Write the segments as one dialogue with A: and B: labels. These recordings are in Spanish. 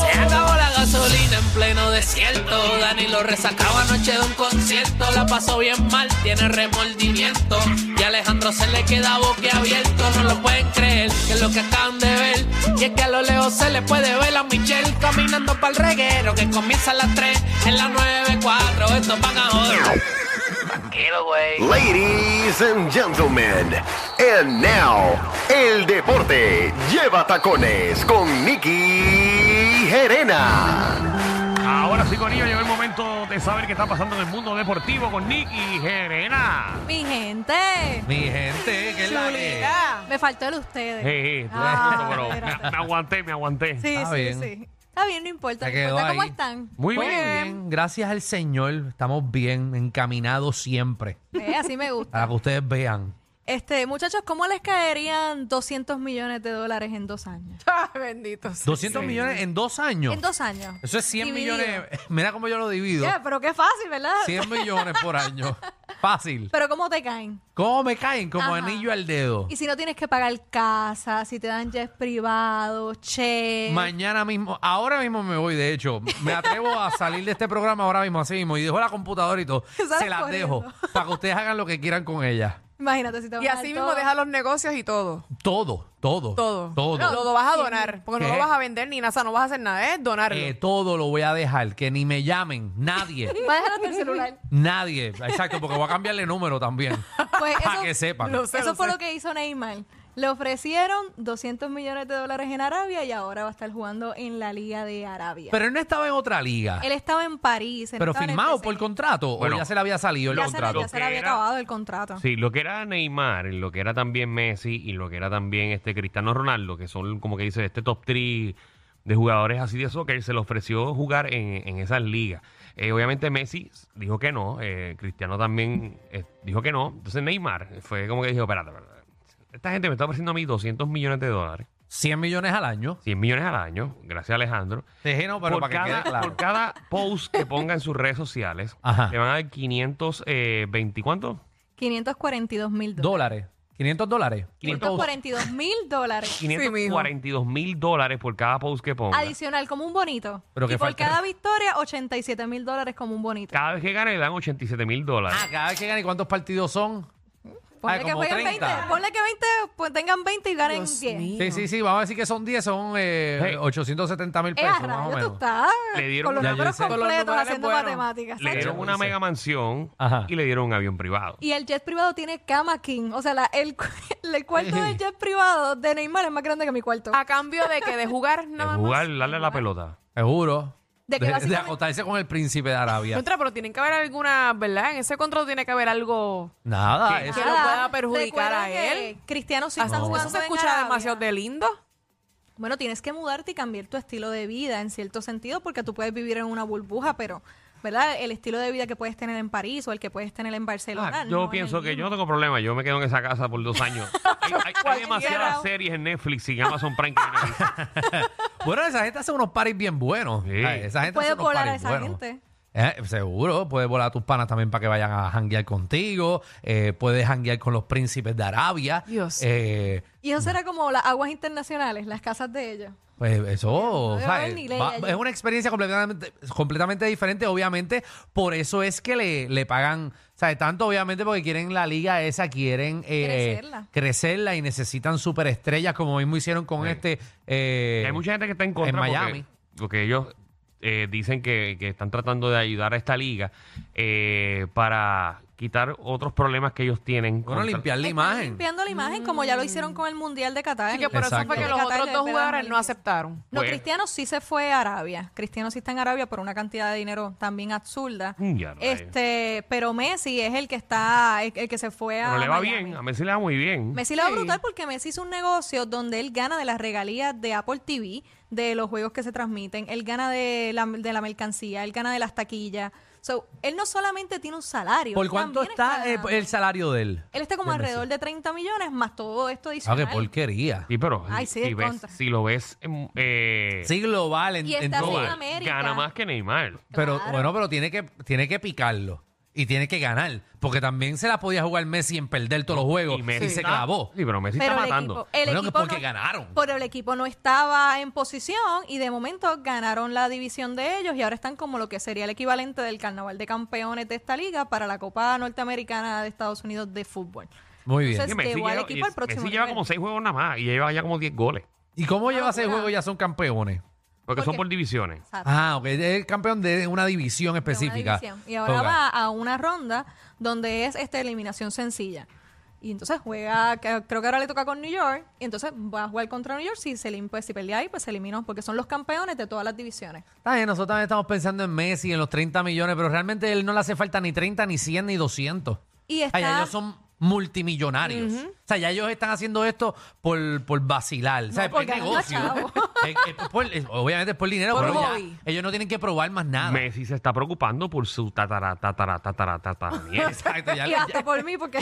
A: Se acabó la gasolina en pleno desierto. Dani lo resacaba anoche de un concierto. La pasó bien mal, tiene remordimiento. Y a Alejandro se le queda boquiabierto. No lo pueden creer, que es lo que acaban de ver. Y es que a lo lejos se le puede ver a Michelle caminando para el reguero. Que comienza a las 3 en las 9, 4. Estos van a joder. Tranquilo, güey.
B: Ladies and gentlemen, and now, el deporte lleva tacones con Nicky Gerena.
C: Ahora sí, Corillo, llegó el momento de saber qué está pasando en el mundo deportivo con Nicky Gerena.
D: Mi gente.
E: Mi gente, que es la que.
D: Me faltó el ustedes.
C: Hey, hey, tú
D: Ah,
C: eres bruto, bro.
D: espérate.
C: me, me aguanté, me aguanté.
D: Sí,
E: Está
D: sí,
E: bien.
D: sí. Está bien, no importa.
E: Se
D: no
E: quedó
D: importa. ¿Cómo
E: ahí.
D: están? Pues,
C: Muy
E: Muy
C: bien.
E: bien, gracias al Señor, estamos bien, encaminados siempre.
D: Eh, así me gusta.
E: Para que ustedes vean.
D: Este, muchachos, ¿cómo les caerían 200 millones de dólares en dos años?
F: Ah, bendito. sea.
E: 200 millones en dos años.
D: En dos años.
E: Eso es 100
D: Dividido.
E: millones. Mira cómo yo lo divido.
D: Ya, pero qué fácil, ¿verdad?
E: 100 millones por año. Fácil.
D: Pero ¿cómo te caen?
E: ¿Cómo me caen? Como
D: Ajá.
E: anillo al dedo.
D: Y si no tienes que pagar casa, si te dan jets privados, che.
E: Mañana mismo, ahora mismo me voy, de hecho. Me atrevo a salir de este programa ahora mismo, así mismo. Y dejo la computadora y todo.
D: Sales
E: Se las
D: corriendo.
E: dejo para que ustedes hagan lo que quieran con ella.
D: Imagínate si te van
F: Y
D: a dar
F: así mismo
D: todo.
F: deja los negocios y todo.
E: Todo, todo.
F: Todo.
E: Todo.
F: No, Lo vas a donar. Porque no
E: ¿Qué?
F: lo vas a vender ni nada. o sea, no vas a hacer nada. Es donarlo.
E: Eh, todo lo voy a dejar, que ni me llamen, nadie,
D: Va a dejar hasta el celular.
E: nadie, exacto, porque voy a cambiarle número también,
D: Pues
E: para
D: eso-
E: que sepan.
F: Lo sé,
D: Eso
F: lo
D: fue
F: sé.
D: lo que hizo Neymar. Le ofrecieron 200 millones de dólares en Arabia y ahora va a estar jugando en la Liga de Arabia.
E: Pero él no estaba en otra liga,
D: él estaba en París. él
E: pero
D: estaba en el
E: firmado
D: PSG.
E: por contrato,
C: Bueno,
E: o ya se le había salido el
D: Ya se le-
E: contrato.
D: Ya se le había
C: Era-
D: acabado el contrato.
C: Sí, lo que era Neymar, lo que era también Messi y lo que era también este Cristiano Ronaldo, que son como que dice este top 3 de jugadores así de soccer, se le ofreció jugar en, en esas ligas. Eh, obviamente Messi dijo que no, eh, Cristiano también eh, dijo que no. Entonces Neymar fue como que dijo, espérate, espérate, esta gente me está ofreciendo a mí 200 millones de dólares,
E: 100 millones al año.
C: 100 millones al año, gracias Alejandro.
E: Tejeno, pero
C: por,
E: para que
C: cada,
E: quede claro.
C: por cada post que ponga en sus redes sociales,
E: Ajá.
C: le van a dar 520, ¿cuánto?
D: 542 mil dólares.
E: Dólares, 500 dólares.
D: 542 mil dólares.
C: 542 mil dólares por cada post que ponga.
D: Adicional, como un bonito.
E: Pero
D: y
E: que
D: por
E: falta-
D: cada victoria, 87 mil dólares como un bonito.
C: Cada vez que gane le dan 87 mil
E: Ah,
C: dólares.
E: cada vez que gane, ¿cuántos partidos son? ah,
D: Ponle que
E: como
D: jueguen 20.
E: 30.
D: Ponle que 20, pues tengan 20 y ganen
F: Dios
D: 10.
F: mío.
E: Sí, sí, sí, vamos a decir que son 10, son eh,
C: Hey.
E: 870 mil
D: Eh,
E: pesos,
D: a
E: pues, más o
D: rayos, tú
E: menos.
D: estás
C: Le dieron
D: con los
C: una-
E: Ya yo
D: números
E: sé.
F: Con los
D: completos
F: números
D: haciendo
F: buenos.
D: matemáticas.
C: le
D: Sacho.
C: dieron una
E: Dice.
C: mega mansión
E: Ajá.
C: y le dieron un avión privado.
D: Y el jet privado tiene cama king. O sea, la- el, cu- el cuarto del jet privado de Neymar es más grande que mi cuarto.
F: A cambio de que de jugar nada
C: De
F: más.
C: jugar, darle a la pelota.
E: Seguro.
D: De que
E: de
D: básicamente-
E: acotarse con el príncipe de Arabia.
F: Contra, pero tienen que haber alguna, ¿verdad? En ese contrato tiene que haber algo.
E: Nada,
F: ¿Qué?
E: eso-
F: que lo pueda perjudicar
D: Recuerda
F: a
D: que
F: él.
D: Cristiano sí
F: Así-
D: está jugando
F: Ah, Eso se
D: en
F: escucha
D: Arabia.
F: demasiado de lindo.
D: Bueno, tienes que mudarte y cambiar tu estilo de vida en cierto sentido porque tú puedes vivir en una burbuja, pero ¿verdad? El estilo de vida que puedes tener en París o el que puedes tener en Barcelona.
C: Ah, yo
D: no es
C: pienso
D: el
C: que yo no
D: mismo.
C: tengo problema. Yo me quedo en esa casa por dos años. hay, hay- hay demasiadas series en Netflix y en Amazon Prime que yo no he visto.
E: Bueno, esa gente hace unos paris bien buenos.
C: Sí.
E: Ay, Esa gente
D: Puede
E: hace unos
D: volar a
E: paris
D: esa
E: buenos.
D: gente.
E: Eh, seguro, puedes volar a tus panas también para que vayan a janguear contigo. eh, puedes janguear con los príncipes de Arabia.
F: Dios.
E: Eh,
D: Y eso será como las aguas internacionales, las casas de ellos.
E: pues eso, o
D: debe
E: sea, eh,
D: haber ni ley
E: va-
D: allí.
E: es una experiencia completamente, completamente diferente, obviamente. Por eso es que le, le pagan, o sea, tanto obviamente porque quieren la liga esa, quieren eh,
D: Crecerla.
E: crecerla y necesitan superestrellas, como mismo hicieron con
C: Sí.
E: este. eh,
C: Hay mucha gente que está en contra.
E: en
C: porque-
E: Miami.
C: Porque, ellos eh, dicen que, que están tratando de ayudar a esta liga eh, para quitar otros problemas que ellos tienen.
E: Bueno,
C: contra-
E: limpiar la
D: Están
E: imagen.
D: limpiando la imagen como ya lo hicieron con el Mundial de Qatar.
F: Así Mm. que por eso
E: Exacto.
F: fue que los
D: Catar
F: otros
D: le
F: dos
D: pegaron
F: jugadores
D: el
F: no
D: limpieza.
F: aceptaron.
D: No,
C: Pues-
D: Cristiano sí se fue a Arabia. Cristiano sí está en Arabia por una cantidad de dinero también absurda.
C: Mm, Ya, rayos.
D: Este, pero Messi es el que está, el, el que se fue a.
C: Pero le va
D: Miami.
C: bien, a Messi le va muy bien.
D: Messi le va brutal porque Messi hizo un negocio donde él gana de las regalías de Apple TV, de los juegos que se transmiten, él gana de la, de la mercancía, él gana de las taquillas. So, él no solamente tiene un salario.
E: ¿Por
D: él
E: cuánto
D: también
E: está eh,
D: ganando.
E: el salario de él?
D: Él está como
E: de Messi?
D: alrededor de 30 millones más todo esto
E: Ah,
D: adicional.
E: qué porquería.
C: Sí, pero
D: Ay, sí,
C: si,
D: es
C: ves-
D: contra.
C: si lo ves en- eh,
E: Sí, global en,
D: Y
E: en
D: está
E: todo.
D: en
C: global,
D: América.
C: gana más que Neymar.
E: Pero
D: Claro.
E: bueno, pero tiene que, tiene que picarlo. Y tiene que ganar. Porque también se la podía jugar Messi en perder todos los juegos. Y, se
C: está-
E: clavó.
C: Sí, pero Messi
D: Pero
C: está
D: el
C: matando.
D: equipo, el
E: Bueno, que
D: equipo
E: porque
D: no-
E: ganaron.
D: Pero el equipo no estaba en posición y de momento ganaron la división de ellos y ahora están como lo que sería el equivalente del carnaval de campeones de esta liga para la Copa Norteamericana de Estados Unidos de fútbol.
E: Muy bien.
D: Entonces-
C: Sí, Messi
D: llevó al
C: lleva,
D: equipo al próximo
C: Messi lleva
D: nivel.
C: como seis juegos nada más y lleva ya como diez goles.
E: ¿Y cómo lleva seis
D: locura.
E: juegos ya son campeones?
C: Porque
D: ¿Por
C: son
D: qué?
C: por divisiones.
D: Exacto.
E: Ah, ok. Es el campeón de una división
D: de una
E: específica.
D: división. Y ahora
E: Ok.
D: va a una ronda donde es esta eliminación sencilla. Y entonces juega, que- creo que ahora le toca con New York, y entonces va a jugar contra New York. Si se lim- pues, si pelea ahí, pues se eliminó, porque son los campeones de todas las divisiones.
E: Está bien, nosotros también estamos pensando en Messi, en los 30 millones, pero realmente él no le hace falta ni 30, ni 100, ni 200.
D: Y
E: O sea, ya
D: está-
E: ellos son multimillonarios. O sea, ya ellos están haciendo esto por, por vacilar. o sea,
D: por
E: es
D: ganar
E: negocio.
D: chavo.
E: Es- es por- es- obviamente es por dinero,
F: Por
E: pero ya
F: hobby.
E: ellos no tienen que probar más nada.
C: Messi se está preocupando por su tatara, tatara, tatara, tatara. nieta.
E: Exacto, ya-
D: Y
E: ya-
D: hasta por mí, porque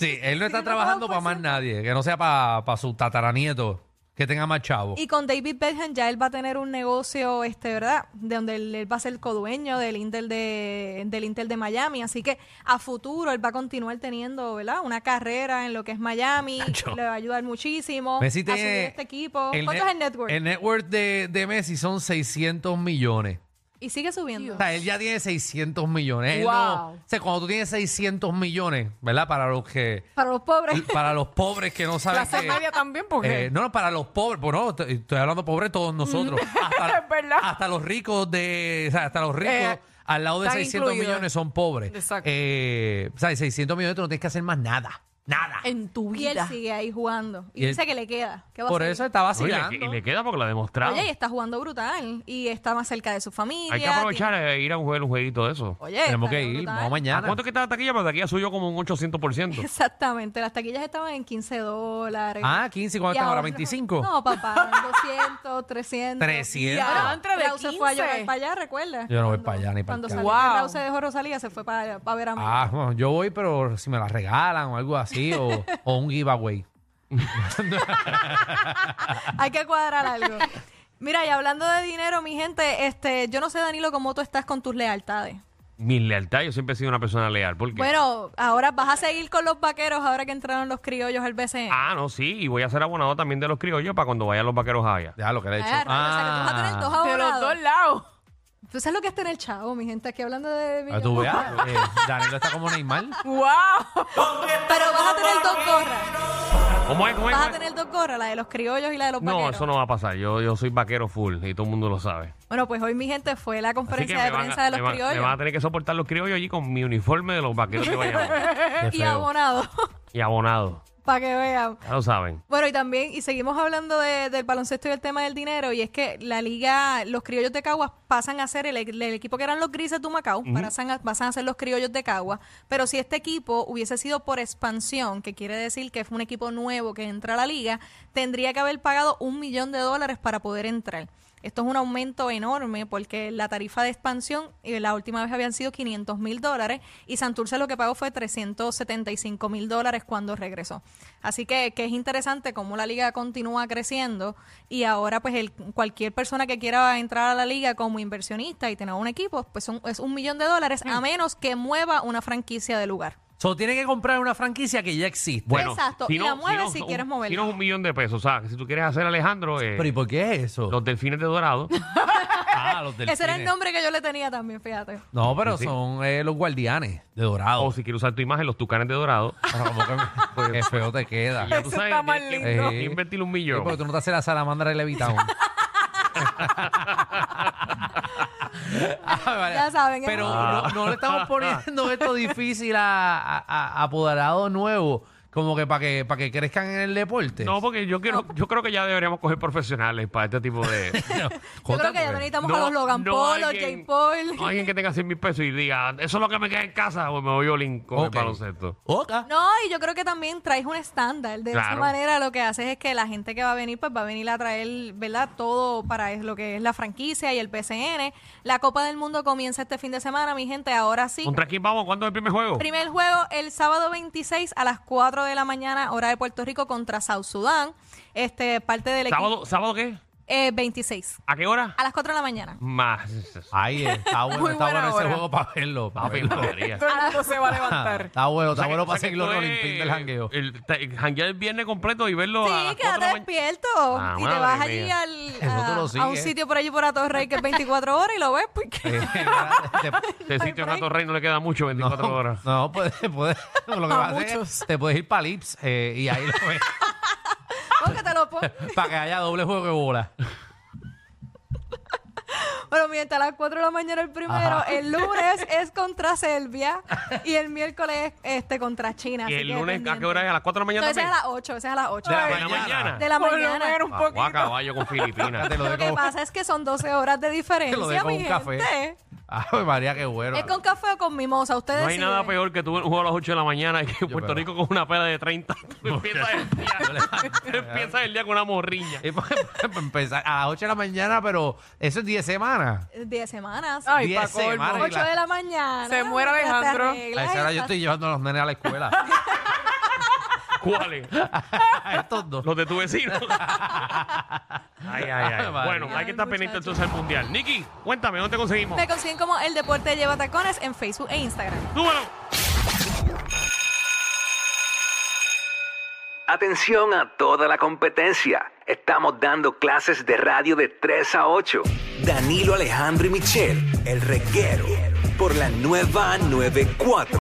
E: sí, él no está
D: Sí, no
E: trabajando
D: puedo
E: para más
D: forzar.
E: nadie, que no sea para, para su tataranieto, que tenga más chavo.
D: Y con David Beckham ya él va a tener un negocio, este, ¿verdad? De donde él, él va a ser codueño del Intel de, del Intel de Miami. Así que a futuro él va a continuar teniendo, ¿verdad? Una carrera en lo que es Miami.
E: Nacho.
D: Le va a ayudar muchísimo
E: Messi
D: a subir
E: tiene-
D: este equipo.
E: el
D: ¿Cuánto
E: net-
D: es el network?
E: El network de, de Messi son 600 millones.
D: y sigue subiendo.
E: O sea, él ya tiene 600 millones. Él
F: Wow.
E: no- o sea, cuando tú tienes 600 millones, ¿verdad? Para los que...
D: Para los pobres.
E: Para los pobres que no saben
F: Clase
E: que-
F: media también, porque
E: eh, no, no, para los pobres. Bueno, t- estoy hablando pobres todos nosotros.
D: Mm.
E: Hasta,
F: Es verdad.
E: hasta los ricos de... O sea, hasta los ricos...
F: Eh,
E: al lado de
F: están
E: 600
F: incluidos.
E: millones son pobres.
F: Exacto.
E: Eh, o sea, de 600 millones tú no tienes que hacer más nada. Nada.
F: en tu
D: y él
F: vida.
D: sigue ahí jugando. Y,
E: Y él-
D: dice que le queda. que va a Eh,
E: Por
D: seguir.
E: eso está
C: No, y, le,
E: vacilando.
C: y le queda porque lo ha demostrado.
D: Oye, y está jugando brutal. Y está más cerca de su familia.
C: Hay que aprovechar e ir a un juego, un jueguito de eso.
D: tiene- Oye,
E: Tenemos
D: está
E: que ir.
D: brutal.
E: Vamos
C: ¿A
E: mañana.
C: cuánto que está la taquilla? Pero la taquilla subió como un 800%.
D: Exactamente, las taquillas estaban en 15 dólares.
E: Ah, 15. ¿Cuánto
D: Y
E: están ahora?
D: ahora-
E: ¿25?
D: No, papá, 200, 300.
E: 300.
D: Bueno,
F: Antes de
D: Raúl se fue a
F: 15.
D: llorar para allá, recuerda.
E: Yo no voy
D: Cuando-
E: para allá ni para
D: Cuando
E: acá.
D: salió
F: Wow.
D: Raúl se dejó Rosalía, se fue para, para ver a mí.
E: Ah, bueno, yo voy, pero si me la regalan o algo así, o, o un giveaway.
D: Hay que cuadrar algo. Mira, y hablando de dinero, mi gente, este, yo no sé, Danilo, cómo tú estás con tus lealtades.
C: Mi lealtad, yo siempre he sido una persona leal. Porque,
D: Bueno, ahora vas a seguir con los vaqueros ahora que entraron los criollos al BCN.
C: ah, no, sí, y voy a ser abonado también de los criollos para cuando vayan los vaqueros allá.
E: Ya lo que le he
D: Ay,
E: hecho. Ah.
D: Raúl, Eh, o sea, que tú vas a tener dos
F: De los
D: abonados.
F: dos lados.
D: ¿Tú sabes lo que es tener chavo, mi gente? Aquí hablando de...
E: Ah, tú veas, eh, Danilo está como Neymar.
F: ¡Wow!
D: Pero vas a tener dos gorras.
C: ¿Cómo es? ¿Cómo es?
D: Vas a
C: ¿Cómo es?
D: tener dos gorras, la de los criollos y la de los
C: No,
D: vaqueros.
C: eso no va a pasar. Yo, yo soy vaquero full y todo el mundo lo sabe.
D: Bueno, pues hoy mi gente fue la
C: Así que
D: conferencia
C: me
D: de
C: van,
D: prensa
C: a,
D: de los
C: me van- me
D: criollos
C: van a tener que soportar los criollos allí con mi uniforme de los vaqueros de Bayamón.
E: Qué
D: y
E: feo.
D: abonado,
C: y abonado,
D: para que vean.
C: ya lo saben.
D: Bueno, y también, y seguimos hablando de- del baloncesto y el tema del dinero, y es que la liga, los criollos de Caguas pasan a ser el, el equipo que eran los grises de Humacao, pasan, a, pasan a ser los criollos de Caguas, pero si este equipo hubiese sido por expansión, que quiere decir que es un equipo nuevo que entra a la liga, tendría que haber pagado un millón de dólares para poder entrar. Esto es un aumento enorme porque la tarifa de expansión eh, la última vez habían sido 500 mil dólares y Santurce lo que pagó fue 375 mil dólares cuando regresó. Así que, que es interesante cómo la liga continúa creciendo y ahora pues el, cualquier persona que quiera entrar a la liga como inversionista y tener un equipo pues son- es un millón de dólares
C: Mm.
D: a menos que mueva una franquicia de lugar.
E: So, tiene que comprar una franquicia que ya existe.
C: Bueno,
D: Exacto, y la mueves si quieres
C: un-
D: moverla.
C: Si no es un millón de pesos, o sea, que si tú quieres hacer Alejandro, eh,
E: Pero ¿y por qué es eso?
C: los delfines de Dorado,
E: ah, los
D: Ese era el
E: delfines.
D: nombre que yo le tenía también, fíjate.
E: No, pero
C: Sí, Oh, sí.
E: son eh, los guardianes de dorado.
C: o si quieres usar tu imagen, los tucanes de Dorado,
E: Pero como que- qué feo te queda.
C: ya tú
F: Eso
C: sabes,
F: está más
C: tienes que-
E: lindo.
C: tienes Pues, que invertir un
E: Sí,
C: millón.
E: porque tú no te haces la salamandra de levitón. Ave María.
D: Ya saben, es
E: Ah, Pero
D: un
E: no, no le estamos poniendo esto difícil a, a- a apoderados nuevos, como que para que, para que crezcan en el deporte.
C: No, porque yo quiero, yo creo que ya deberíamos coger profesionales para este tipo de.
D: Yo
E: Jota,
D: creo que ya
E: porque-
D: necesitamos
C: No,
D: a los Logan
C: no
D: Paul, los
C: alguien-
D: Jay Paul.
C: no alguien que tenga 100 mil pesos y diga, eso es lo que me queda en casa, o me voy violín con
E: Ok.
C: el baloncesto.
E: Ok.
D: No, y yo creo que también traes un estándar. De esa
C: Claro.
D: manera lo que haces es que la gente que va a venir, pues va a venir a traer, ¿verdad? Todo para es- lo que es la franquicia y el PCN. La Copa del Mundo comienza este fin de semana, mi gente, ahora sí.
C: ¿Contra quién vamos? ¿Cuándo es el primer juego?
D: Primer juego el sábado 26 a las 4 de la mañana, hora de Puerto Rico contra South Sudán. Este, parte del equipo.
C: ¿Sábado, ¿Sábado qué?
D: Eh, 26.
C: ¿A qué hora?
D: A las 4 de la mañana.
C: Más.
E: Ahí eh, está bueno,
F: Muy
E: está bueno
F: buena
E: ese
F: hora.
E: juego para verlo. Para
C: Papi,
E: verlo.
C: María.
F: Todo el mundo se va a levantar.
E: Está bueno,
C: O
E: está
C: sea que-
E: bueno
C: o sea
E: para
C: que
E: seguirlo
C: esto
E: con
C: es-
E: el fin del jangueo. Eh,
C: El, ta- el janguear el viernes completo y verlo a las
D: Sí,
C: cuatro de
D: quédate
C: la mañana.
D: despierto.
C: Ah,
D: y te
C: madre
D: vas allí
C: mía.
D: al,
E: Eso tú
D: a,
E: lo
D: a un
E: sigues.
D: sitio por allí por Atorrey que es 24 horas y lo ves. Pues,
C: Eh.
D: que-
E: eh,
C: Este sitio en
D: break.
C: Gato Rey no le queda mucho, 24 horas.
E: No, puedes, puedes, lo que
F: A
E: vas a hacer es, te puedes ir para Lips eh, y ahí lo ves.
D: ¿Cómo que te lo pon-
E: para que haya doble juego de bola.
D: Bueno, mientras a las 4 de la mañana el primero,
E: Ajá.
D: el lunes es contra Serbia y el miércoles este contra China.
C: Y
D: así
C: el
D: que
C: lunes, ¿a
D: pendiente.
C: qué hora es? ¿A las 4 de la mañana
D: No, ese es
C: también?
D: a las 8, ese es a las 8.
E: De
C: ¿De la mañana?
D: De la
F: Por lo
D: mañana.
F: menos un
C: Ah, voy a
F: poquito.
C: caballo con Filipinas.
E: Te lo
D: Lo
E: dejo
D: que
E: con,
D: pasa es que son 12 horas de
E: te lo
D: diferencia,
E: dejo con
D: Eh, mi
E: un café.
D: gente.
E: Ay, María, qué bueno.
D: ¿Es con café o con mimosa? Ustedes
C: No hay
D: deciden.
C: nada peor que tú jugar a las 8 de la mañana y que en Puerto
E: pero-
C: Rico con una pera de 30. Tú empiezas el día, tú empiezas el día con una morriña.
E: Y pues, pues, empezar a las 8 de la mañana, pero eso es 10 semanas.
D: 10 semanas.
F: Ay,
E: Diez
F: pa' colmo.
E: semanas.
D: 8 de la mañana.
F: Se muere
D: Ya te
F: Alejandro.
D: arreglas
E: A esa hora yo
D: y
E: estoy llevando a los nenes a la escuela.
C: ¿Cuáles?
E: a estos dos.
C: Los de tu vecino. ay, ay, ay.
E: Ay, madre.
C: Bueno, hay que estar
D: Ay,
C: pendiente
D: muchacho.
C: entonces al mundial. Nicky, cuéntame, ¿dónde te conseguimos?
D: Me consiguen como El Deporte Lleva Tacones en Facebook e Instagram.
C: Número.
G: Atención a toda la competencia. Estamos dando clases de radio de 3 a 8. Danilo Alejandro y Michel, el reguero, por la nueva 94.